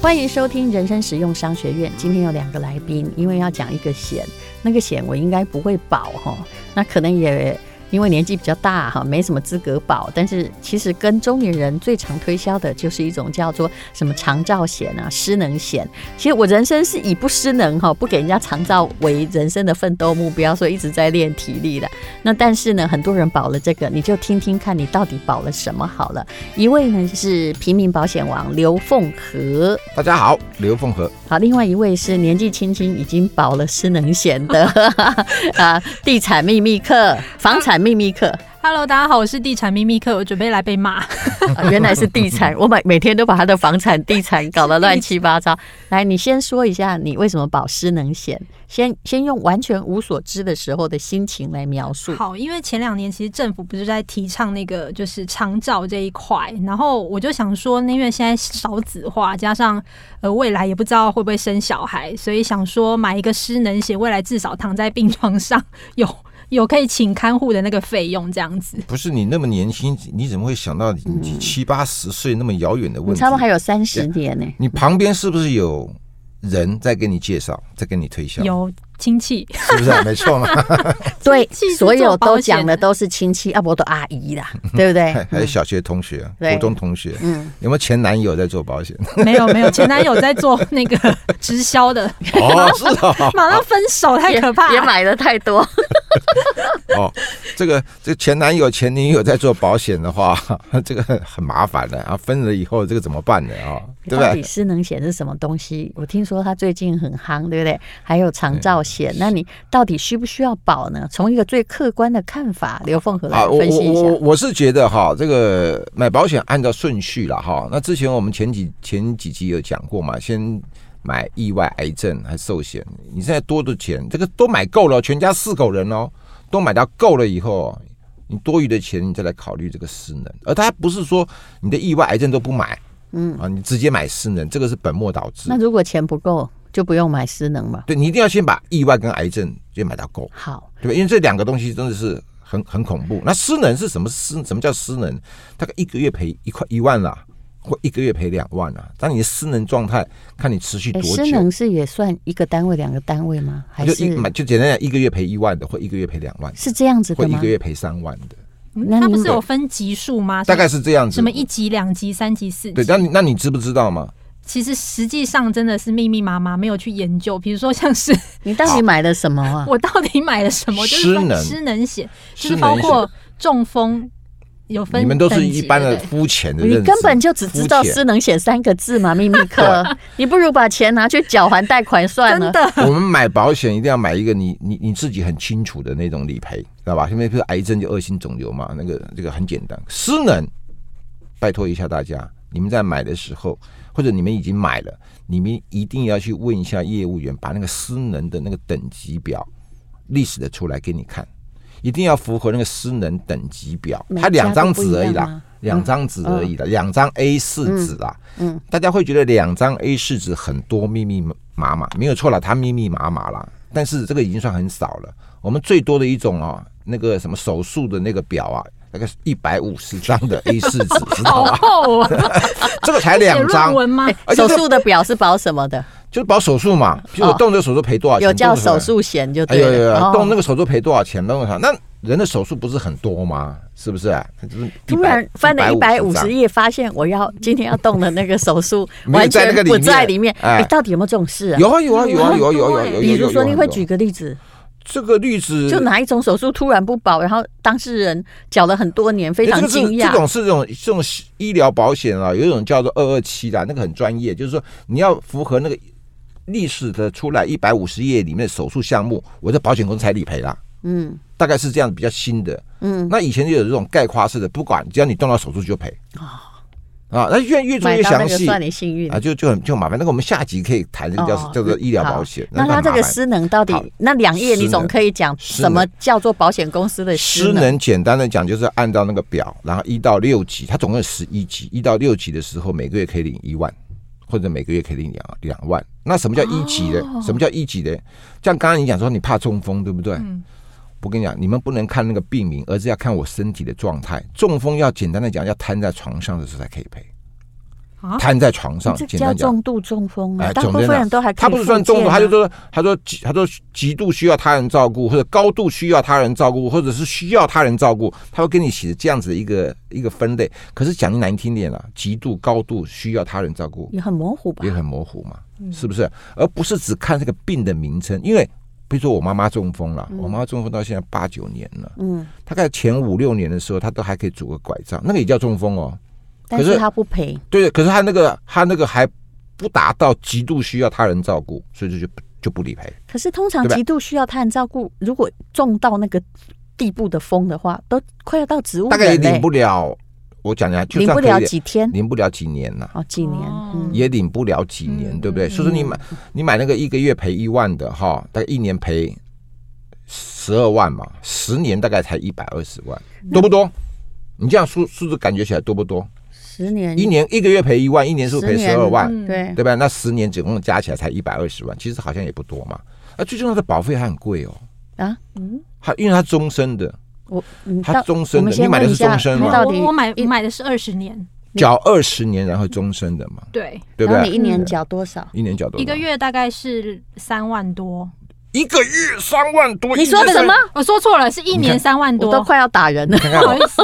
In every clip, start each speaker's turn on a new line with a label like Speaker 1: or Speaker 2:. Speaker 1: 欢迎收听人生实用商学院。今天有两个来宾，因为要讲一个险，那个险我应该不会保哈，那可能也因为年纪比较大哈，没什么资格保。但是其实跟中年人最常推销的就是一种叫做什么长照险啊、失能险。其实我人生是以不失能哈、不给人家长照为人生的奋斗目标，所以一直在练体力的。那但是呢，很多人保了这个，你就听听看你到底保了什么好了。一位呢是平民保险王刘凤和。
Speaker 2: 大家好，刘凤和，
Speaker 1: 好，另外一位是年纪轻轻已经保了失能险的 啊，地产秘密课、房产秘密课、
Speaker 3: Hello，大家好，我是地产秘密客，我准备来被骂。
Speaker 1: 啊原来是地产，我每每天都把他的房产、地产搞得乱七八糟。来，你先说一下你为什么保失能险，先先用完全无所知的时候的心情来描述。
Speaker 3: 好，因为前两年其实政府不是在提倡那个就是长照这一块，然后我就想说，那因为现在少子化，加上呃未来也不知道会不会生小孩，所以想说买一个失能险，未来至少躺在病床上有 有可以请看护的那个费用这样子。
Speaker 2: 不是你那么年轻，你怎么会想到你七八十岁那么遥远的
Speaker 1: 嗯
Speaker 2: 问
Speaker 1: 你
Speaker 2: 题？
Speaker 1: 差不多还有三十年呢、
Speaker 2: 你旁边是不是有人在给你介绍，在给你推销？，
Speaker 3: 有亲戚，
Speaker 2: 是 不是、没错嘛，
Speaker 1: 对
Speaker 3: 亲戚，是
Speaker 1: 所有
Speaker 3: 做保
Speaker 1: 都讲
Speaker 3: 险
Speaker 1: 的
Speaker 3: 的
Speaker 1: 都是亲戚，啊，不都阿姨啦，对不 对？
Speaker 2: 还有小学同学、
Speaker 1: 嗯对
Speaker 2: 国中同学，
Speaker 1: 嗯，
Speaker 2: 有没有前男友在做保 险？
Speaker 3: 没有没有，前男友在做那个直 销的，
Speaker 2: 哦，是哦，
Speaker 3: 马上分手，太可怕
Speaker 1: 也
Speaker 3: 了。
Speaker 1: 买的太多，
Speaker 2: 哦，这个这个前男友、前女友在做保险的话， 这个很麻烦的啊，分了以后这个怎么办呢？啊，对不
Speaker 1: 到底
Speaker 2: 对？
Speaker 1: 失能险是什么东西？我听说它最近很夯，对不对？还有长照险，那你到底需不需要保呢？从一个最客观的看法，刘凤和来
Speaker 2: 啊我
Speaker 1: 分析
Speaker 2: 我
Speaker 1: 一
Speaker 2: 我
Speaker 1: 下。
Speaker 2: 我是觉得哈，这个买保险按照顺序了哈。那之前我们前几前几集有讲过嘛，先买意外、癌症还寿险，你现在多的钱，这个都买够了，全家四口人哦，都买到够了以后，你多余的钱你再来考虑这个失能，而它不是说你的意外、癌症都不买，嗯啊，你直接买失能，这个是本末倒置
Speaker 1: 那。如果钱不够，就不用买失能嘛。
Speaker 2: 对你一定要先把意外跟癌症先买到够。
Speaker 1: 好，
Speaker 2: 对吧？因为这两个东西真的是很很恐怖。那失能是什么失？什么叫失能？大概一个月赔一块一万啦、或一个月赔两万啊。当你的失能状态，看你持续
Speaker 1: 诶
Speaker 3: 哎
Speaker 2: 多
Speaker 1: 失
Speaker 2: 久。
Speaker 1: 哎能是也算一个单位、两个单位吗？还
Speaker 2: 就一
Speaker 1: 是
Speaker 2: 买就简单讲，一个月赔一万的，或一个月赔两万的，
Speaker 1: 是这样子
Speaker 2: 或
Speaker 1: 的
Speaker 2: 一
Speaker 1: 吗
Speaker 2: 个？月赔三万的，
Speaker 3: 嗯
Speaker 1: 那
Speaker 3: 他
Speaker 1: 你
Speaker 3: 不是有分级数吗？
Speaker 2: 大概是这样子。
Speaker 3: 什么一级、两级、三级、四级？
Speaker 2: 对，那你那你知不知道吗？
Speaker 3: 其实实际上真的是密密麻麻，没有去研究。比如说，像是
Speaker 1: 你到底买了什么啊？
Speaker 3: 我到底买了什么，就是
Speaker 2: 失能
Speaker 3: 失能险，就
Speaker 2: 失
Speaker 3: 是
Speaker 2: 能
Speaker 3: 包
Speaker 2: 险
Speaker 3: 括中风有分等级，
Speaker 2: 你们都是一般的
Speaker 3: 对不对
Speaker 2: 肤浅的
Speaker 1: 你
Speaker 2: 认知，
Speaker 1: 根本就只知道
Speaker 2: 肤浅
Speaker 1: 失能险三个字嘛，秘密 课。你不如把钱拿去缴还贷款算了
Speaker 3: 真。的
Speaker 2: 我们买保险一定要买一个你你你自己很清楚的那种理赔，知道吧？因为比如癌症就恶性肿瘤嘛，那个这个很简单。失能，拜托一下大家，你们在买的时候，或者你们已经买了，你们一定要去问一下业务员，把那个失能的那个等级表历史的出来给你看，一定要符合那个失能等级表，
Speaker 1: 每
Speaker 2: 它两
Speaker 1: 家都
Speaker 2: 张
Speaker 1: 不一
Speaker 2: 纸而
Speaker 1: 样
Speaker 2: 已啦
Speaker 1: 吗。嗯
Speaker 2: 两张纸而已啦，两张 A 四纸啦，嗯，大家会觉得两张 A 四纸很多密密麻麻，没有错啦，它密密麻麻啦，但是这个已经算很少了。我们最多的一种哦，那个什么手术的那个表啊，大概一百五十张的 A 四纸，知道
Speaker 3: 好
Speaker 1: 哦
Speaker 2: 吧？
Speaker 3: 厚啊！
Speaker 2: 这个才
Speaker 3: 写
Speaker 2: 两张
Speaker 3: 论，文吗？
Speaker 1: 哎手术的表是保什么的？
Speaker 2: 就是保手术嘛，就是我动这个手术赔多少钱？
Speaker 1: 哦有叫
Speaker 2: 动这
Speaker 1: 手
Speaker 2: 个
Speaker 1: 术险就
Speaker 2: 哎
Speaker 1: 对
Speaker 2: 呦呦
Speaker 1: 了。
Speaker 2: 呦，
Speaker 1: 哦
Speaker 2: 动那个手术赔多少钱？弄啥？那人的手术不是很多吗？是不是？就是
Speaker 1: 突然翻了一百五
Speaker 2: 张
Speaker 1: 十页，发现我要今天要动的那个手术
Speaker 2: 没有
Speaker 1: 完
Speaker 2: 在
Speaker 1: 全
Speaker 2: 那个里
Speaker 1: 不
Speaker 2: 面
Speaker 1: 在里面。
Speaker 2: 哎
Speaker 1: 哎，到底有没有这种事啊？
Speaker 2: 有啊有啊有啊有啊有啊有啊有啊有啊有啊。
Speaker 1: 比如说，
Speaker 2: 有啊
Speaker 1: 你会举个例子，
Speaker 2: 这个例子，
Speaker 1: 就哪一种手术突然不保，然后当事人缴了很多年，非
Speaker 2: 哎这
Speaker 1: 常
Speaker 2: 个是
Speaker 1: 惊
Speaker 2: 这
Speaker 1: 讶。
Speaker 2: 种是这种这种医疗保险啊，有一种叫做二二七的，那个很专业，就是说你要符合那个历史的出来一百五十页里面的手术项目，我的保险公司才理赔啦。
Speaker 1: 嗯，
Speaker 2: 大概是这样比较新的。嗯，那以前就有这种概括式的，不管只要你动到手术就赔。啊，那越越
Speaker 1: 哦
Speaker 2: 做
Speaker 1: 买
Speaker 2: 越
Speaker 1: 到那
Speaker 2: 详
Speaker 1: 个
Speaker 2: 细
Speaker 1: 算你幸运
Speaker 2: 啊，。就就很就很麻烦。那个我们下集可以谈这个叫
Speaker 1: 哦
Speaker 2: 叫做医疗保
Speaker 1: 好
Speaker 2: 险。
Speaker 1: 那他
Speaker 2: 很
Speaker 1: 这
Speaker 2: 麻
Speaker 1: 个
Speaker 2: 烦
Speaker 1: 失能到底
Speaker 2: 好
Speaker 1: 那两页，你
Speaker 2: 失能
Speaker 1: 总可以讲
Speaker 2: 失
Speaker 1: 什么
Speaker 2: 能
Speaker 1: 叫做保险公司的
Speaker 2: 失
Speaker 1: 失能？
Speaker 2: 能简单的讲就是按照那个表，然后一到六级，它总共有十一级，一到六级的时候每个月可以领一万，或者每个月可以领两两万。那什么叫一级的？什么叫一级的？像刚刚你讲说你怕中风，对不对？我跟你讲，你们不能看那个病名，而是要看我身体的状态。中风要简单的讲，要瘫在床上的时候才可以赔。
Speaker 3: 啊，
Speaker 2: 瘫在床上，
Speaker 1: 这
Speaker 2: 简
Speaker 1: 叫
Speaker 2: 单讲。
Speaker 1: 重度中风啊，
Speaker 2: 哎
Speaker 1: 大
Speaker 2: 总
Speaker 1: 部
Speaker 2: 之
Speaker 1: 分
Speaker 2: 呢
Speaker 1: 人都还可以
Speaker 2: 他不是算
Speaker 1: 复健
Speaker 2: 重度，
Speaker 1: 啊
Speaker 2: 他就说，他说极，他说极度需要他人照顾，或者高度需要他人照顾，或者是需要他人照顾，他会跟你写这样子的一个一个分类。可是讲的难听点了、啊极度、高度需要他人照顾，
Speaker 1: 也很模糊吧
Speaker 2: 也？很模糊嘛，
Speaker 1: 嗯
Speaker 2: 是不是？而不是只看这个病的名称，因为比如说我妈妈中风了，我妈妈中风到现在八九年了，
Speaker 1: 嗯，
Speaker 2: 大概前五六年的时候，她都还可以拄个拐杖，那个也叫中风哦。
Speaker 1: 但
Speaker 2: 可
Speaker 1: 是
Speaker 2: 是
Speaker 1: 他不赔，
Speaker 2: 对，可是她那个她那个还不达到极度需要他人照顾，所以这就不就不理赔。
Speaker 1: 可是通常
Speaker 2: 对吧
Speaker 1: 极度需要他人照顾，如果重到那个地步的风的话，都快要到植物
Speaker 2: 大概也
Speaker 1: 人
Speaker 2: 领
Speaker 1: 嘞，
Speaker 2: 不了，我讲讲，就
Speaker 1: 领
Speaker 2: 算
Speaker 1: 不
Speaker 2: 可以
Speaker 1: 了
Speaker 2: 领
Speaker 1: 几天，
Speaker 2: 领不了几年呐、
Speaker 1: 哦，几年，
Speaker 3: 哦
Speaker 1: 嗯，
Speaker 2: 也领不了几年，
Speaker 3: 嗯
Speaker 2: 对不对？所以说你买你买那个一个月赔一万的哈，大概一年赔十二万嘛，十年大概才一百二十万，多不多？你这样数数字感觉起来多不多？
Speaker 1: 十年，
Speaker 2: 一年一个月赔一万，一年是不是
Speaker 1: 嗯
Speaker 2: 赔
Speaker 1: 十
Speaker 2: 十
Speaker 1: 年
Speaker 2: 二万？
Speaker 3: 嗯
Speaker 1: 对，
Speaker 2: 对吧？那十年总共加起来才一百二十万，其实好像也不多嘛。啊，最重要的保费还很贵哦，
Speaker 3: 嗯
Speaker 1: 啊，
Speaker 2: 它因为它终身的，
Speaker 1: 我嗯，
Speaker 2: 它
Speaker 1: 到
Speaker 2: 终
Speaker 1: 我
Speaker 2: 身
Speaker 1: 们
Speaker 2: 的，你
Speaker 1: 先
Speaker 2: 买的
Speaker 1: 问一
Speaker 2: 是
Speaker 1: 下，
Speaker 2: 终身
Speaker 1: 他
Speaker 2: 嘛，
Speaker 1: 到底
Speaker 3: 我我买
Speaker 1: 一
Speaker 3: 买的是二十年，
Speaker 2: 缴二十年然后终身的嘛，
Speaker 3: 对，
Speaker 2: 对不
Speaker 1: 然后你
Speaker 2: 对？
Speaker 1: 一年缴多少？
Speaker 2: 一年缴多少？
Speaker 3: 一个月大概是三万多，
Speaker 2: 一个月三万多，
Speaker 1: 你说
Speaker 2: 一个月
Speaker 1: 什么？？
Speaker 3: 我说错了，是一
Speaker 2: 你
Speaker 3: 年
Speaker 2: 看
Speaker 3: 三万
Speaker 1: 啊我
Speaker 3: 多
Speaker 1: 都，快要打人了。
Speaker 2: 你看
Speaker 3: 不好
Speaker 2: 看，
Speaker 3: 意思，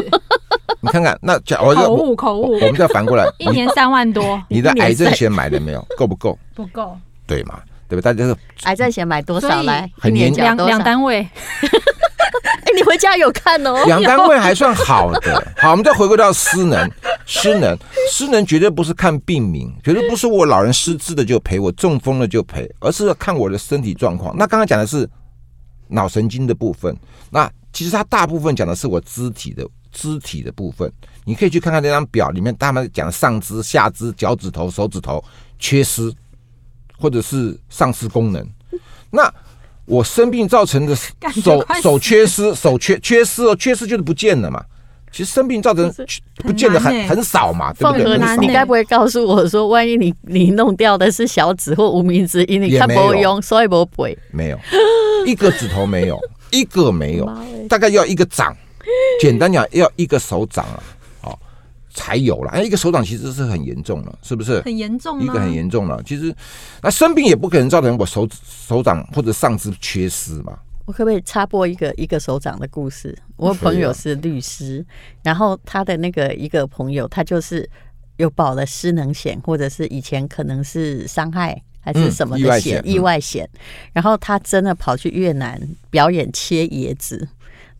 Speaker 2: 你看看，那假 我
Speaker 3: 口
Speaker 2: 我
Speaker 3: 误口误
Speaker 2: 我，们再反过来，
Speaker 3: 一
Speaker 2: 你
Speaker 3: 年三万多
Speaker 2: 你的癌症险买了没有？够不够？
Speaker 3: 不够，
Speaker 2: 对嘛？对吧？大家是
Speaker 1: 癌症险买多
Speaker 3: 所
Speaker 1: 少
Speaker 3: 以
Speaker 1: 来？一
Speaker 2: 很
Speaker 1: 年
Speaker 2: 年
Speaker 1: 缴
Speaker 3: 两
Speaker 1: 多少？
Speaker 3: 两单 位，
Speaker 1: 哎，你回家有看哦？
Speaker 2: 两单位还算好的。好，我们再回归到失能，失能，失能绝对不是看病名，绝对不是我老人失智的就赔，我中风了就赔，而是看我的身体状况。那刚刚讲的是脑神经的部分，那其实它大部分讲的是我肢体的肢体的部分。你可以去看看那张表，里面他们讲上肢、下肢、脚趾头、手指头缺失，或者是丧失功能。那我生病造成的
Speaker 3: 感觉
Speaker 2: 手
Speaker 3: 快死
Speaker 2: 手缺失、手缺缺失哦，缺失就是不见了嘛。其实生病造成不见得
Speaker 3: 很难
Speaker 2: 很
Speaker 3: 欸
Speaker 2: 很少嘛，对
Speaker 1: 凤
Speaker 2: 不对？
Speaker 1: 和，
Speaker 2: 很
Speaker 1: 你
Speaker 2: 少
Speaker 3: 难
Speaker 1: 你
Speaker 3: 欸
Speaker 1: 该不会告诉我说，万一你你弄掉的是小指或无名指，因为你
Speaker 2: 也
Speaker 1: 看
Speaker 2: 没
Speaker 1: 不
Speaker 2: 有
Speaker 1: 用，所以不赔。
Speaker 2: 没有，一个指头 没有，一个没有
Speaker 1: 妈喂，
Speaker 2: 大概要一个掌，简单讲要一个手掌啊，哦，才有了。哎，一个手掌其实是很严重了，是不是？
Speaker 3: 很严重
Speaker 2: 一
Speaker 3: 吗
Speaker 2: 个？很严重了。其实，那生病也不可能造成我手指手掌或者上肢缺失嘛。
Speaker 1: 我可不可以插播一个一个手掌的故事？我朋友是律
Speaker 2: 啊
Speaker 1: 师，然后他的那个一个朋友，他就是有保了失能险，或者是以前可能是伤害还是什么
Speaker 2: 嗯意
Speaker 1: 的
Speaker 2: 外
Speaker 1: 险、
Speaker 2: 险嗯
Speaker 1: 意外险，然后他真的跑去越南表演切椰子，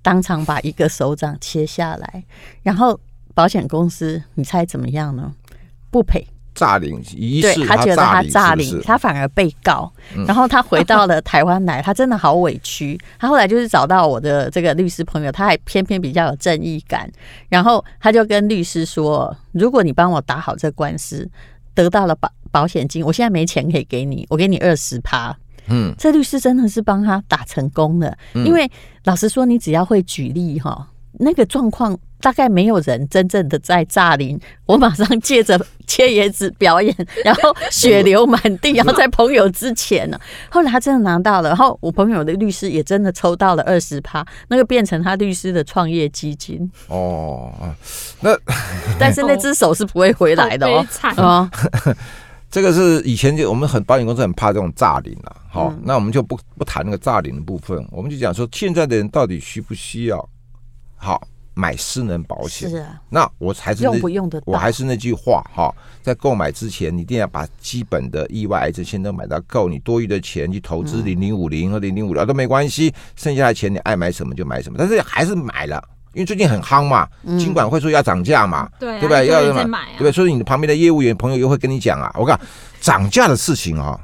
Speaker 1: 当场把一个手掌切下来，然后保险公司，你猜怎么样呢？不赔。
Speaker 2: 炸领一
Speaker 1: 对
Speaker 2: 是
Speaker 1: 他觉得他
Speaker 2: 炸
Speaker 1: 诈
Speaker 2: 领，
Speaker 1: 领，
Speaker 2: 是嗯不是？
Speaker 1: 他反而被告。然后他回到了台湾来，他真的好委屈。他后来就是找到我的这个律师朋友，他还偏偏比较有正义感，然后他就跟律师说：“如果你帮我打好这官司，得到了保保险金，我现在没钱可以给你，我给你二十趴。”
Speaker 2: 嗯，
Speaker 1: 这律师真的是帮他打成功了，因为老实说，你只要会举例哈，那个状况大概没有人真正的在诈领。我马上借着切椰子表演，然后血流满地，然后在朋友之前呢、后来他真的拿到了，然后我朋友的律师也真的抽到了二十趴，那个变成他律师的创业基 金，
Speaker 2: 哦，啊
Speaker 1: 但是那只手是不会回来的
Speaker 3: 好
Speaker 1: 哦
Speaker 3: 悲。惨
Speaker 1: 哦，
Speaker 2: 这个是以前就我们很保险公司很怕这种诈领啊，好、
Speaker 1: 嗯
Speaker 2: 那我们就不不谈那个诈领的部分，我们就讲说现在的人到底需不需要好买失能保险？
Speaker 1: 是啊，
Speaker 2: 那我还是那
Speaker 1: 用不用得
Speaker 2: 我
Speaker 1: 到？
Speaker 2: 还是那句话哈，在购买之前，你一定要把基本的意外癌症先都买到够，你多余的钱去投
Speaker 1: 嗯
Speaker 2: 资零零五零和零零五六都没关系，剩下的钱你爱买什么就买什么，但是还是买了，因为最近很夯嘛，
Speaker 1: 嗯
Speaker 2: 金管会说要涨价嘛，
Speaker 3: 对啊
Speaker 2: 对不对？
Speaker 3: 一堆人
Speaker 2: 要
Speaker 3: 在买啊
Speaker 2: 对不对？所以你的旁边的业务员朋友又会跟你讲啊，我讲涨价的事情啊，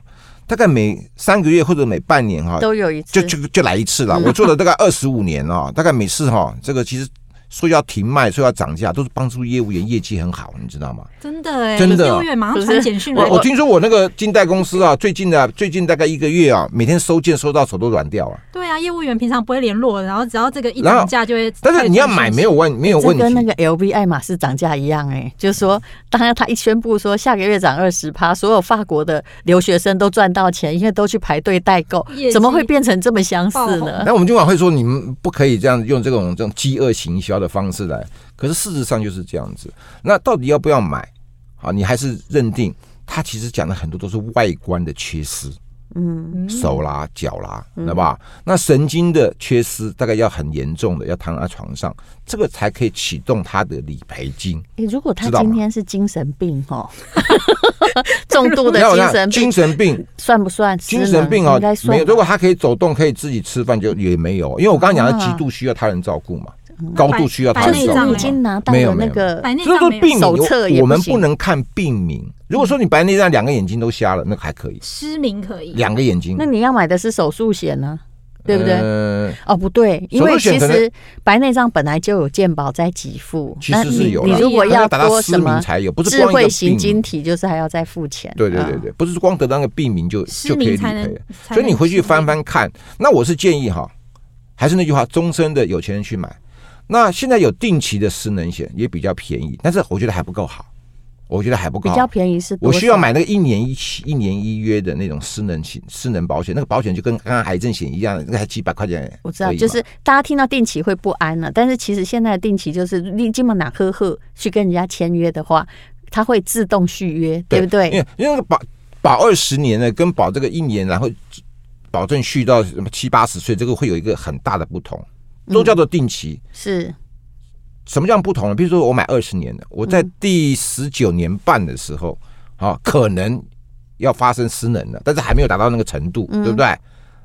Speaker 2: 大概每三个月或者每半年哈、
Speaker 1: 都嗯有一次
Speaker 2: 就，就就来一次了。我做了大概二十五年哦，大概每次哈、这个其实说要停卖，说要涨价，都是帮助业务员业绩很好，你知道吗？
Speaker 3: 真的哎，
Speaker 2: 真的
Speaker 3: 业务员马上传简讯来
Speaker 2: 我
Speaker 3: 了，
Speaker 2: 我听说我那个金贷公司啊，最近的、最近大概一个月啊，每天收件收到手都软掉啊。
Speaker 3: 对啊，业务员平常不会联络，然后只要这个一
Speaker 2: 然后
Speaker 3: 涨价就会。
Speaker 2: 但是你要买没有问没有
Speaker 1: 这
Speaker 2: 问
Speaker 1: 跟那
Speaker 2: 题，啊
Speaker 1: 个 LV 爱马仕涨价一样哎、就是说，当然他一宣布说下个月涨二十趴，所有法国的留学生都赚到钱，因为都去排队代购
Speaker 3: 业，绩
Speaker 1: 怎么会变成这么相似呢？
Speaker 2: 那我们今晚会说你们不可以这样用这种这种饥饿行销的方式来，可是事实上就是这样子。那到底要不要买？好，你还是认定他其实讲的很多都是外观的缺失，嗯，手啦、脚啦，
Speaker 1: 嗯
Speaker 2: 对吧？那神经的缺失大概要很严重的，要躺在床上，这个才可以启动他的理赔金。
Speaker 1: 诶如果他
Speaker 2: 知道
Speaker 1: 今
Speaker 2: 吗
Speaker 1: 天是精神病哦， 重度的
Speaker 2: 没有
Speaker 1: 精
Speaker 2: 那
Speaker 1: 神病
Speaker 2: 精神病
Speaker 1: 算不算失能？
Speaker 2: 精神病哦
Speaker 1: 应该，算
Speaker 2: 没有。
Speaker 1: 吧
Speaker 2: 如果他可以走动，可以自己吃饭，就也没有，因为我刚刚讲的
Speaker 1: 啊
Speaker 2: 极度需要他人照顾嘛，高度需要他
Speaker 1: 就
Speaker 2: 人
Speaker 1: 是
Speaker 2: 照
Speaker 1: 你
Speaker 2: 顾
Speaker 1: 已
Speaker 2: 嘛。
Speaker 1: 经拿到
Speaker 2: 没有
Speaker 1: 了
Speaker 2: 没
Speaker 1: 那
Speaker 2: 有
Speaker 1: 个
Speaker 3: 白内
Speaker 2: 所以说
Speaker 3: 障没有
Speaker 2: 病
Speaker 1: 手册也
Speaker 2: 名，我
Speaker 1: 不
Speaker 2: 们
Speaker 1: 行
Speaker 2: 不能看病名。如果说你白内障两个眼睛都瞎了，那还可以，
Speaker 3: 失明可以，
Speaker 2: 两个眼
Speaker 1: 嗯
Speaker 2: 睛
Speaker 1: 那，你要买的是手术险呢、对不对？
Speaker 2: 呃
Speaker 1: 哦，不对，因为
Speaker 2: 手术险
Speaker 1: 其
Speaker 2: 可能
Speaker 1: 实白内障本来就有健保在给付，
Speaker 2: 其实是有
Speaker 1: 那你
Speaker 2: 啦
Speaker 1: 你如果
Speaker 2: 那
Speaker 1: 要
Speaker 2: 达到
Speaker 1: 多
Speaker 2: 失
Speaker 1: 什
Speaker 2: 明
Speaker 1: 么
Speaker 2: 才有，不是
Speaker 1: 智
Speaker 2: 光一个
Speaker 1: 慧型
Speaker 2: 病
Speaker 1: 晶
Speaker 2: 名。
Speaker 1: 体，就是还要再付钱。
Speaker 2: 对对对
Speaker 1: 嗯
Speaker 2: 对，不是光得到那个病名就就
Speaker 3: 失
Speaker 2: 可以
Speaker 3: 明
Speaker 2: 理
Speaker 3: 才能
Speaker 2: 赔了。，
Speaker 3: 才
Speaker 2: 所以你
Speaker 3: 能
Speaker 2: 回去
Speaker 3: 失明
Speaker 2: 翻。翻看。那我是建议哈，还是那句话，终身的有钱人去买。那现在有定期的失能险也比较便宜，但是我觉得还不够好，我觉得还不够
Speaker 1: 比
Speaker 2: 好。
Speaker 1: 较便宜是多
Speaker 2: 我
Speaker 1: 少
Speaker 2: 需要买那个一年一期、一年一约的那种失能险、失能保险，那个保险就跟刚刚癌症险一样，那个还几百块钱而已嘛。
Speaker 1: 我知道，就是大家听到定期会不安了、但是其实现在的定期就是你基本哪呵呵去跟人家签约的话，它会自动续约，对不对？
Speaker 2: 因为因为那个保保二十年呢，跟保这个一年，然后保证续到什么七八十岁，这个会有一个很大的不同，
Speaker 1: 嗯
Speaker 2: 都叫做定期。
Speaker 1: 是
Speaker 2: 什么叫不同呢？比如说我买二十年的，我在
Speaker 1: 嗯
Speaker 2: 第十九年半的时候，啊，可能要发生失能了，但是还没有达到那个程度，
Speaker 1: 嗯
Speaker 2: 对不对？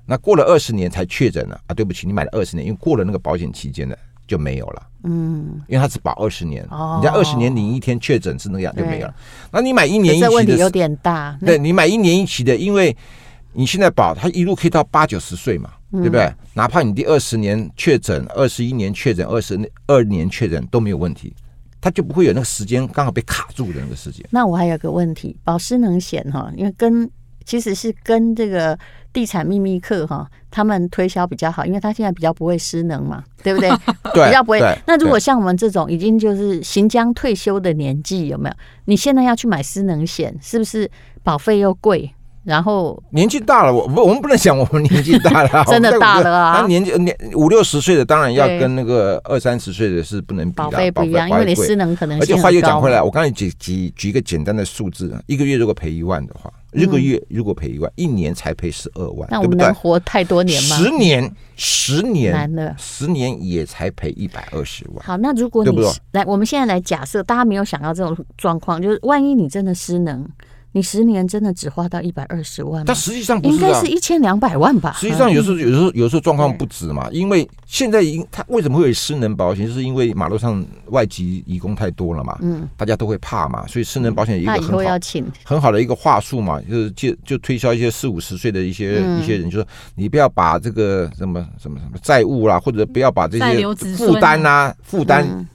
Speaker 2: 那过了二十年才确诊了啊，对不起，你买了二十年，因为过了那个保险期间了就没有了。嗯，因为它只保二十年，
Speaker 1: 哦
Speaker 2: 你在二十年零一天确诊是那样就没有了。那你买一
Speaker 1: 可
Speaker 2: 年
Speaker 1: 是
Speaker 2: 一
Speaker 1: 这问
Speaker 2: 期
Speaker 1: 题
Speaker 2: 的
Speaker 1: 有点大。那
Speaker 2: 对你买一年一期的，因为你现在保它一路可以到八九十岁嘛，
Speaker 1: 嗯
Speaker 2: 对不对？哪怕你第二十年确诊、二十一年确诊、二十二年确诊都没有问题，它就不会有那个时间刚好被卡住的那个时间。
Speaker 1: 那我还有个问题，保湿能险哈，因为跟其实是跟这个地产秘密课哈，他们推销比较好，因为他现在比较不会失能嘛，对不 对？
Speaker 2: 对
Speaker 1: 哦比较不会
Speaker 2: 对。
Speaker 1: 那如果像我们这种已经就是行将退休的年纪，有没有？你现在要去买失能险，是不是保费又贵？然后，
Speaker 2: 年纪大了，我不，我们不能讲我们年纪大 了
Speaker 1: 真的大了啊
Speaker 2: 那年纪年五六十岁的，当然要
Speaker 1: 对
Speaker 2: 跟那个二三十岁的是不能比
Speaker 1: 保
Speaker 2: 的，
Speaker 1: 费不一样，因
Speaker 2: 保
Speaker 1: 为
Speaker 2: 费
Speaker 1: 你
Speaker 2: 贵
Speaker 1: 失能可能
Speaker 2: 而且
Speaker 1: 性
Speaker 2: 话
Speaker 1: 很
Speaker 2: 又讲
Speaker 1: 高
Speaker 2: 回
Speaker 1: 嘛。
Speaker 2: 来，我刚才举举举一个简单的数字，啊一个月如果赔一万的话，一个月如果赔一万，一年才赔十二万，
Speaker 1: 嗯那
Speaker 2: 对
Speaker 1: 我
Speaker 2: 不
Speaker 1: 们
Speaker 2: 对
Speaker 1: 能？活太多年吗？
Speaker 2: 十年，十年，
Speaker 1: 难了。
Speaker 2: 十年也才赔一百二十万。
Speaker 1: 好，那如果你
Speaker 2: 对不对
Speaker 1: 是来，我们现在来假设，大家没有想到这种状况，就是万一你真的失能，你十年真的只花到一百二十万吗
Speaker 2: 但？实际上不
Speaker 1: 应
Speaker 2: 是
Speaker 1: 该
Speaker 2: 啊
Speaker 1: 是。一千两百万吧？
Speaker 2: 实际上有时候有时候有时候状况
Speaker 1: 对
Speaker 2: 不止嘛，因为现在因他为什么会有失能保险，就是因为马路上外籍移工太多了嘛，嗯，大家都会怕嘛，所以失能保险有一
Speaker 1: 嗯
Speaker 2: 个
Speaker 1: 那以
Speaker 2: 很
Speaker 1: 后
Speaker 2: 好
Speaker 1: 要请
Speaker 2: 很好的一个话术嘛，就是就就推销一些四五十岁的一些、
Speaker 3: 嗯
Speaker 2: 一些人，就说你不要把这个什么什么什么债务啊啦，或者不要把这
Speaker 3: 再留
Speaker 2: 些
Speaker 3: 子孙啊
Speaker 2: 负担啊负担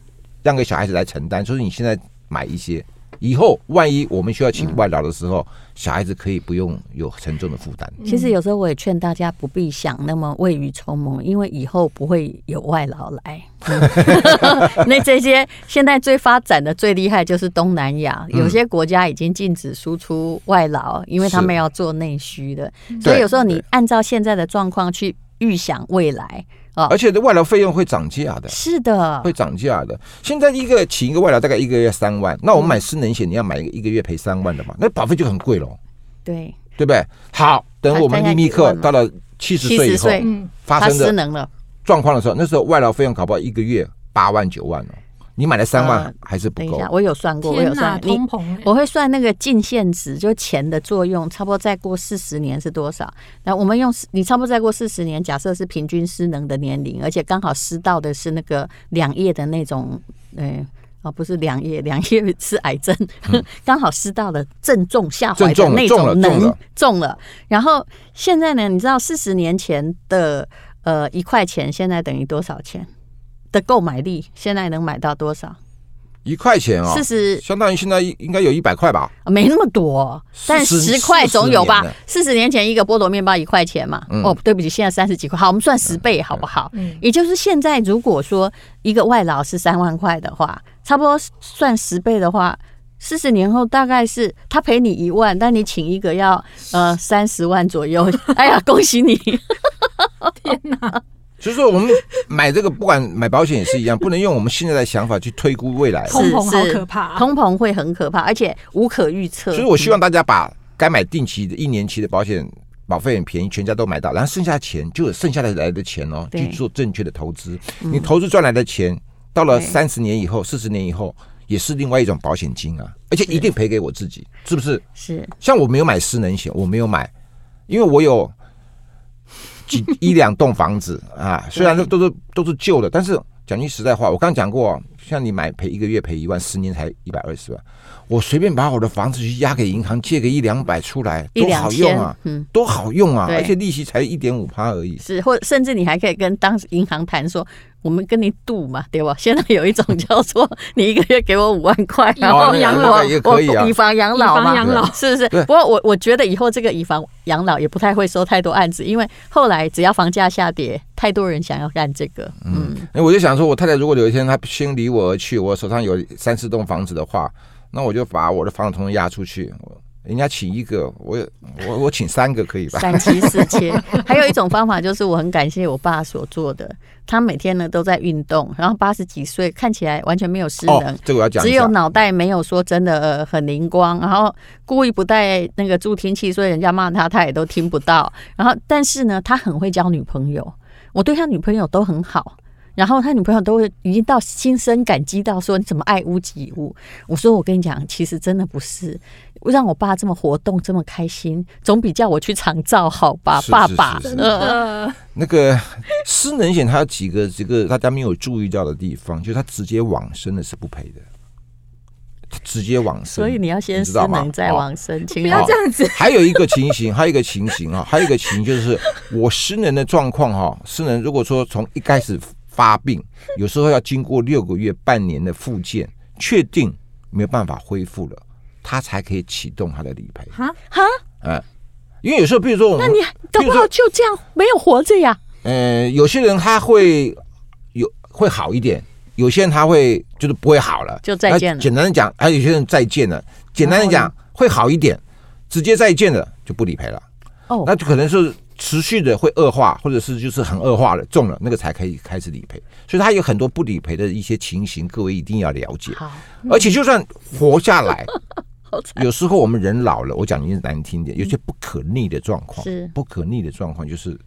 Speaker 2: 让给小孩子来承担，所以你现在买一些。以后万一我们需要
Speaker 3: 嗯
Speaker 2: 请外劳的时候，小孩子可以不用有沉重的负担。
Speaker 3: 嗯
Speaker 1: 其实有时候我也劝大家不必想那么未雨绸缪，因为以后不会有外劳来。 那这些现在最发展的最厉害就是东南亚，
Speaker 2: 嗯
Speaker 1: 有些国家已经禁止输出外劳，因为他们要做内需的。所以有时候你
Speaker 2: 嗯对
Speaker 1: 按照现在的状况去预想未来，
Speaker 2: 而且这外劳费用会涨价的，
Speaker 1: 是的，
Speaker 2: 会涨价的。现在一个请一个外劳大概一个月三万，那我
Speaker 3: 嗯
Speaker 2: 们买失能险，你要买一个一个月赔三万的嘛，那保费就很贵喽。
Speaker 1: 对，
Speaker 2: 对不对？好，等我们秘密课到了七十岁
Speaker 1: 70
Speaker 2: 以后
Speaker 1: 岁
Speaker 3: 嗯，
Speaker 2: 发
Speaker 1: 他
Speaker 2: 生
Speaker 1: 失
Speaker 2: 的
Speaker 1: 能了，
Speaker 2: 状况的时候，那时候外劳费用搞不好一个月八万九万哦，你买了三万
Speaker 1: 嗯
Speaker 2: 还是不
Speaker 1: 等一
Speaker 2: 够
Speaker 1: 下，。我有算过，我有
Speaker 3: 天
Speaker 1: 算
Speaker 3: 哪，
Speaker 1: 过，你
Speaker 3: 通膨欸，
Speaker 1: 我会算那个净现值，就钱的作用，差不多再过四十年是多少？那我们用你差不多再过四十年，假设是平均失能的年龄，而且刚好失到的是那个两叶的那种，呃。哦，不是两叶，两叶是癌症， 刚好失到了正中下怀
Speaker 2: 嗯
Speaker 1: 的那
Speaker 2: 正中了中
Speaker 1: 种
Speaker 2: 了
Speaker 1: 能
Speaker 2: 中了
Speaker 1: 中了。然后现在呢，你知道四十年前的呃一块钱，现在等于多少钱的购买力？现在能买到多少？
Speaker 2: 一块钱嗯哦，
Speaker 1: 四十
Speaker 2: 相当于现在应该有一百块吧？
Speaker 1: 没那么多，但
Speaker 2: 40
Speaker 1: 十块总有吧
Speaker 2: 40年了？嗯
Speaker 1: 四十年前一个菠萝面包一块钱嘛，哦，对不起，现在三十几块。好，我们算十倍好不好？
Speaker 3: 嗯
Speaker 1: 也就是现在，如果说一个外劳是三万块的话，差不多算十倍的话。四十年后大概是他赔你一万，但你请一个要呃三十万左右。哎呀，恭喜你！天哪！
Speaker 2: 所以说我们买这个，不管买保险也是一样，不能用我们现在的想法去推估未来。
Speaker 3: 通膨好
Speaker 1: 是
Speaker 3: 可怕啊、
Speaker 1: 通膨会很可怕，而且无可预测。嗯
Speaker 2: 所以我希望大家把该买定期的一年期的保险保费很便宜，全家都买到，然后剩下钱就有剩下的来的钱哦，
Speaker 1: 对嗯
Speaker 2: 去做正确的投资。你投资赚来的钱，到了
Speaker 1: 对
Speaker 2: 三十年以后、四十年以后，也是另外一种保险金啊，而且一定赔给我自己，是不是？
Speaker 1: 是
Speaker 2: 像我没有买失能险，我没有买，因为我有几一两栋房子啊，虽然都都是都是旧的，但是讲句实在话，我刚讲过，像你买赔一个月赔一万，十年才一百二十万，我随便把我的房子去押给银行借个一两百出来，
Speaker 1: 一
Speaker 2: 多
Speaker 1: 两
Speaker 2: 好用啊，
Speaker 1: 千嗯
Speaker 2: 多好用啊，
Speaker 1: 对
Speaker 2: 而且利息才一点五趴而已。
Speaker 1: 是，或甚至你还可以跟当时银行谈说，我们跟你赌嘛，对吧？现在有一种叫做你一个月给我五万块，然后
Speaker 2: 哦那个
Speaker 1: 养
Speaker 2: 那个
Speaker 1: 老
Speaker 2: 也，
Speaker 1: 我
Speaker 2: 嗯可以啊
Speaker 1: 以防养老
Speaker 3: 以防
Speaker 1: 嘛，
Speaker 3: 养老
Speaker 1: 是不是？
Speaker 2: 对
Speaker 1: 不过我我觉得以后这个以防养老也不太会收太多案子，因为后来只要房价下跌，太多人想要干这个，嗯，
Speaker 2: 那哎我就想说，我太太如果有一天她先离我而去，我手上有三四栋房子的话，那我就把我的房子统统押出去。我人家请一个，我我我请三个可以吧？
Speaker 1: 三妻四妾。 还有一种方法就是，我很感谢我爸所做的，他每天呢都在运动，然后八十几岁看起来完全没有失能。
Speaker 2: 哦，这个我要讲
Speaker 1: 只
Speaker 2: 一
Speaker 1: 有
Speaker 2: 下。
Speaker 1: 脑袋没有说真的、呃、很灵光，然后故意不带那个助听器，所以人家骂他他也都听不到。然后但是呢，他很会交女朋友，我对他女朋友都很好。然后他女朋友都会已经到心生感激到说你怎么爱屋及乌？我说我跟你讲，其实真的不是，让我爸这么活动这么开心，总比叫我去长照好吧，
Speaker 2: 是是
Speaker 1: 爸爸。
Speaker 2: 是是
Speaker 1: 呃
Speaker 3: 呃，
Speaker 2: 那个失能险它有几个这个大家没有注意到的地方，就是它直接往生的是不赔的，它直接往生。
Speaker 1: 所以你要先
Speaker 2: 你
Speaker 1: 失
Speaker 2: 知道吗
Speaker 1: 能再
Speaker 2: 哦
Speaker 1: 往生，请
Speaker 3: 不
Speaker 1: 老
Speaker 3: 要这样子，
Speaker 2: 还有一个情形， 还有一个情形啊，还有一个情形就是我失能的状况哈，失能如果说从一开始发病，有时候要经过六个月、半年的复健，确定没有办法恢复了，他才可以启动他的理赔。
Speaker 3: 哈
Speaker 1: 哈，
Speaker 2: 哎，因为有时候，比如说我们
Speaker 1: 那你搞不好就这样没有活着呀？
Speaker 2: 呃，有些人他会有会好一点，有些人他会就是不会好了，
Speaker 1: 就再见了
Speaker 2: 那简单的讲，还有些人再见了，简单的
Speaker 1: 然
Speaker 2: 讲会好一点，直接再见了就不理赔了。
Speaker 1: 哦
Speaker 2: 那就可能是持续的会恶化，或者是就是很恶化了，中了那个才可以开始理赔。所以它有很多不理赔的一些情形，各位一定要了解。
Speaker 1: 好。
Speaker 2: 而且就算活下来
Speaker 1: 好，
Speaker 2: 有时候我们人老了，我讲句难听点，有些不可逆的状况，
Speaker 1: 是
Speaker 2: 不可逆的状况，就是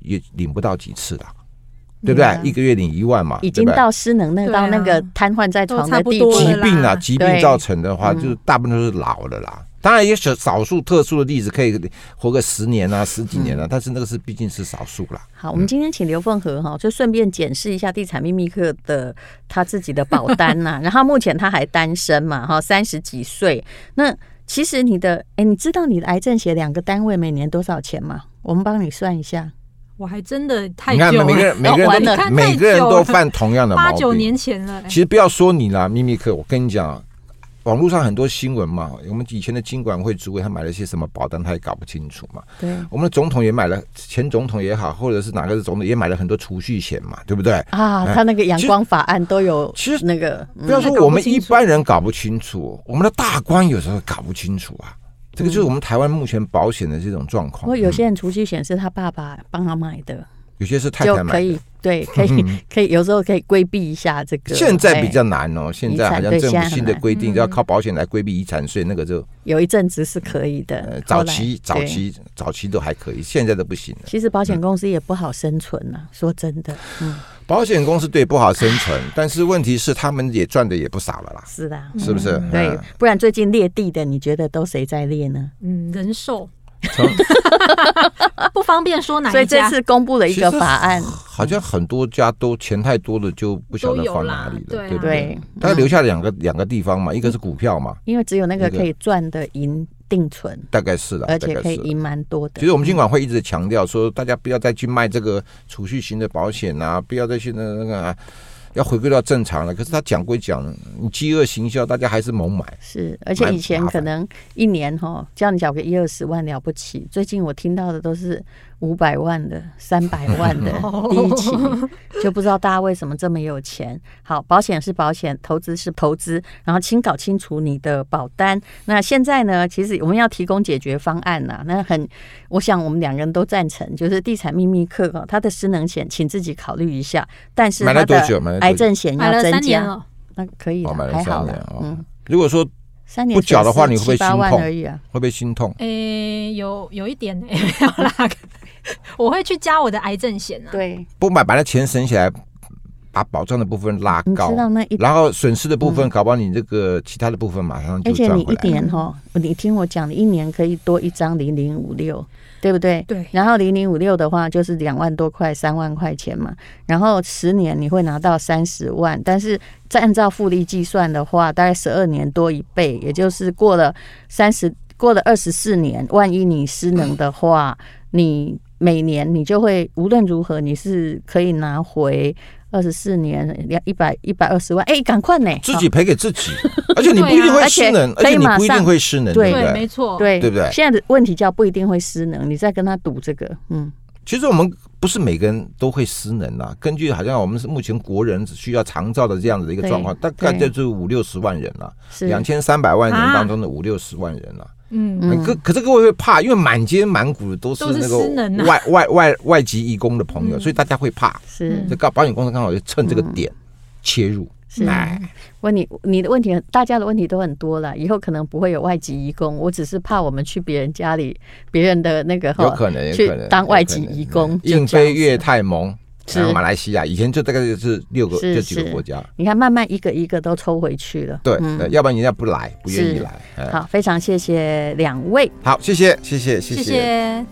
Speaker 2: 也领不到几次了，对不对？
Speaker 1: 嗯
Speaker 2: 一个月领一万嘛，
Speaker 1: 已经
Speaker 2: 对不对
Speaker 1: 到失能那个
Speaker 3: 对啊
Speaker 1: 到那个瘫痪在床的地
Speaker 3: 都差不多
Speaker 2: 疾
Speaker 3: 了
Speaker 1: 步，
Speaker 3: 啦嗯
Speaker 2: 病啊，疾病
Speaker 1: 对
Speaker 2: 造成的话，就是大部分都是老了啦。当然也少少数特殊的例子可以活个十年啊、十几
Speaker 3: 嗯
Speaker 2: 年啊，但是那个是毕竟是少数啦。
Speaker 1: 好，我们今天请刘凤和哈，就顺便检视一下地产秘密课的他自己的保单 呐、然后目前他还单身嘛，哈，三十几岁。那其实你的，哎，你知道你的癌症险两个单位每年多少钱吗？我们帮你算一下。
Speaker 3: 我还真的太
Speaker 2: 你看
Speaker 3: 久
Speaker 2: 每个
Speaker 3: 了，
Speaker 2: 人每个人
Speaker 1: 哦完
Speaker 2: 都
Speaker 3: 了
Speaker 2: 每个人都犯同样的毛
Speaker 3: 八
Speaker 2: 病。
Speaker 3: 九年前了、哎
Speaker 2: 其实不要说你啦，秘密课，我跟你讲，啊网络上很多新闻嘛，我们以前的经管会主委他买了些什么保单，他也搞不清楚嘛。
Speaker 1: 对
Speaker 2: 我们的总统也买了，前总统也好，或者是哪个总统也买了很多储蓄险嘛，对不对？
Speaker 1: 啊，他那个阳光法案都有，
Speaker 2: 其实
Speaker 1: 那个嗯
Speaker 2: 不要说
Speaker 3: 搞不
Speaker 2: 我们一
Speaker 3: 清楚
Speaker 2: 般人搞不清楚，我们的大官有时候搞不清楚啊。这个就是我们台湾目前保险的这种状
Speaker 1: 不
Speaker 2: 况
Speaker 1: 过，有
Speaker 2: 嗯
Speaker 1: 些人储蓄险是他爸爸帮他买的，
Speaker 2: 有些是太
Speaker 1: 就
Speaker 2: 太买
Speaker 1: 可
Speaker 2: 的。嗯
Speaker 1: 以对，可以可以有时候可以规避一下这个。
Speaker 2: 现在
Speaker 1: 哎
Speaker 2: 比较难哦，现在好像
Speaker 1: 对
Speaker 2: 政
Speaker 1: 现在
Speaker 2: 府
Speaker 1: 很
Speaker 2: 新的
Speaker 1: 难
Speaker 2: 规定
Speaker 3: 嗯
Speaker 2: 要靠保险来规避遗产税，那个就
Speaker 1: 有一阵子是可以的，
Speaker 2: 呃
Speaker 1: 后
Speaker 2: 早
Speaker 1: 来
Speaker 2: 期早。
Speaker 1: 对
Speaker 2: 期早期都还可以，现在都不行了。
Speaker 1: 其实保险公司也不好生存呐、说真的，嗯，
Speaker 2: 保险公司对不好生 存，但是问题是他们也赚的也不少了啦，
Speaker 1: 是的，
Speaker 2: 是不是？
Speaker 1: 对
Speaker 2: 嗯，
Speaker 1: 不然最近裂地的，你觉得都谁在裂呢？
Speaker 3: 嗯，人寿
Speaker 2: 从
Speaker 3: 不方便说哪
Speaker 1: 所以
Speaker 3: 一
Speaker 1: 这
Speaker 3: 家，
Speaker 1: 次公布了一个
Speaker 2: 其实嗯
Speaker 1: 法案，
Speaker 2: 好像很多家都钱太多了，就不晓得放哪里了，
Speaker 3: 都有啦
Speaker 2: 对不
Speaker 1: 对
Speaker 2: 对
Speaker 1: 啊？
Speaker 2: 他留下两个两个地
Speaker 1: 嗯
Speaker 2: 方嘛，一个是股票嘛，
Speaker 1: 因为只有那个
Speaker 2: 那个
Speaker 1: 可以赚的赢定存，
Speaker 2: 大概是啦，
Speaker 1: 而
Speaker 2: 大
Speaker 1: 且
Speaker 2: 概
Speaker 1: 可以
Speaker 2: 是啦
Speaker 1: 赢蛮多的。
Speaker 2: 其实我们尽管会一直强调说，大家不要再去卖这个储蓄型的保险啊，不要再去那那个、啊，要回归到正常了。可是他讲归讲，你饥饿行销，大家还是猛买。
Speaker 1: 是，而且
Speaker 2: 蛮
Speaker 1: 以前
Speaker 2: 麻
Speaker 1: 可
Speaker 2: 烦
Speaker 1: 能一年哈、叫你缴个一二十万了不起，最近我听到的都是五百万的、三 百万的
Speaker 3: 哦
Speaker 1: 第一期，就不知道大家为什么这么有钱。好，保险是保险，投资是投资，然后清搞清楚你的保单。那现在呢，其实我们要提供解决方案呐、那很，我想我们两个人都赞成，就是地产秘密课哦，它的失能险，请自己考虑一下。但是
Speaker 2: 买了
Speaker 1: 它
Speaker 2: 多久买
Speaker 1: 的
Speaker 2: 了多久
Speaker 1: 癌症险
Speaker 3: 买
Speaker 1: 要
Speaker 3: 了
Speaker 1: 增
Speaker 3: 三年
Speaker 1: 加，
Speaker 3: 了，
Speaker 1: 那可以
Speaker 2: 哦，
Speaker 1: 啦
Speaker 2: 买了
Speaker 1: 啊还
Speaker 2: 三
Speaker 1: 好
Speaker 2: 年
Speaker 1: 啦，
Speaker 2: 哦
Speaker 1: 嗯，。
Speaker 2: 如果说会
Speaker 1: 三年
Speaker 2: 不缴的话
Speaker 1: 损失
Speaker 2: 你会不会
Speaker 1: 七八万
Speaker 2: 心痛
Speaker 1: 而已啊？
Speaker 2: 不会心痛？
Speaker 3: 诶、哎有有一点诶、没有啦， 我会去加我的癌症险啊。
Speaker 1: 对，
Speaker 2: 不买，把那钱省起来，把保障的部分拉
Speaker 1: 你
Speaker 2: 高
Speaker 1: 知，道那一嗯
Speaker 2: 然后损失的部分，搞不好你这个其他的部分马上
Speaker 1: 而
Speaker 2: 就
Speaker 1: 且
Speaker 2: 赚
Speaker 1: 你
Speaker 2: 回
Speaker 1: 一
Speaker 2: 来。
Speaker 1: 年哈，你听我讲，你一年可以多一张零零五六，对不对？
Speaker 3: 对
Speaker 1: 然后零零五六的话就是两万多块、三万块钱嘛。然后十年你会拿到三十万，但是再按照复利计算的话，大概十二年多一倍，也就是过了三十，过了二十四年，万一你失能的话，你每年你就会无论如何你是可以拿回。二十四年两一百一百二十万，哎、赶快呢！
Speaker 2: 自己赔给自 己，而且你不一定
Speaker 3: 对啊
Speaker 2: 会失能，
Speaker 1: 而
Speaker 2: 而
Speaker 1: 且可以
Speaker 2: 且你
Speaker 1: 马
Speaker 2: 不一
Speaker 1: 上
Speaker 2: 定会失能，
Speaker 1: 对
Speaker 2: 不对？
Speaker 3: 没错，
Speaker 1: 对
Speaker 2: 对不对
Speaker 1: 现在的问题叫不一定会失能，你再跟他赌这个，嗯，
Speaker 2: 其实我们不是每个人都会失能啊。根据好像我们是目前国人只需要长照的这样子的一个状况，大
Speaker 1: 对
Speaker 2: 概就是五六十万人了、
Speaker 1: 是
Speaker 2: 两千三百万人
Speaker 3: 啊
Speaker 2: 当中的五六十万人了、啊
Speaker 3: 嗯，
Speaker 1: 嗯
Speaker 2: 可可是各位会怕，因为满街满谷都是
Speaker 3: 都是
Speaker 2: 那
Speaker 3: 失能
Speaker 2: 个
Speaker 3: 啊
Speaker 2: 外外外外籍义工的朋友，
Speaker 3: 嗯
Speaker 2: 所以大家会怕。
Speaker 1: 是
Speaker 3: 嗯
Speaker 2: 这个保险公司刚好就趁这个点切入，
Speaker 1: 是。
Speaker 2: 哎
Speaker 1: 问你你的问题很，大家的问题都很多了，以后可能不会有外籍移工，我只是怕我们去别人家里，别人的那个哈，
Speaker 2: 有可能
Speaker 1: 嗯
Speaker 2: 有
Speaker 1: 去
Speaker 2: 可能
Speaker 1: 当外籍
Speaker 2: 有可能
Speaker 1: 移工，就
Speaker 2: 印
Speaker 1: 这样
Speaker 2: 非越泰蒙，
Speaker 1: 是
Speaker 2: 然后马来西亚，以前就大概就是六个
Speaker 1: 是
Speaker 2: 这几个
Speaker 1: 是
Speaker 2: 国家。
Speaker 1: 你看慢慢一个一个都抽回去了，嗯
Speaker 2: 对，对要不然人家不来，不愿意
Speaker 1: 是
Speaker 2: 来。哎
Speaker 1: 好，非常谢谢两位。
Speaker 2: 好，谢谢，谢谢，
Speaker 3: 谢谢。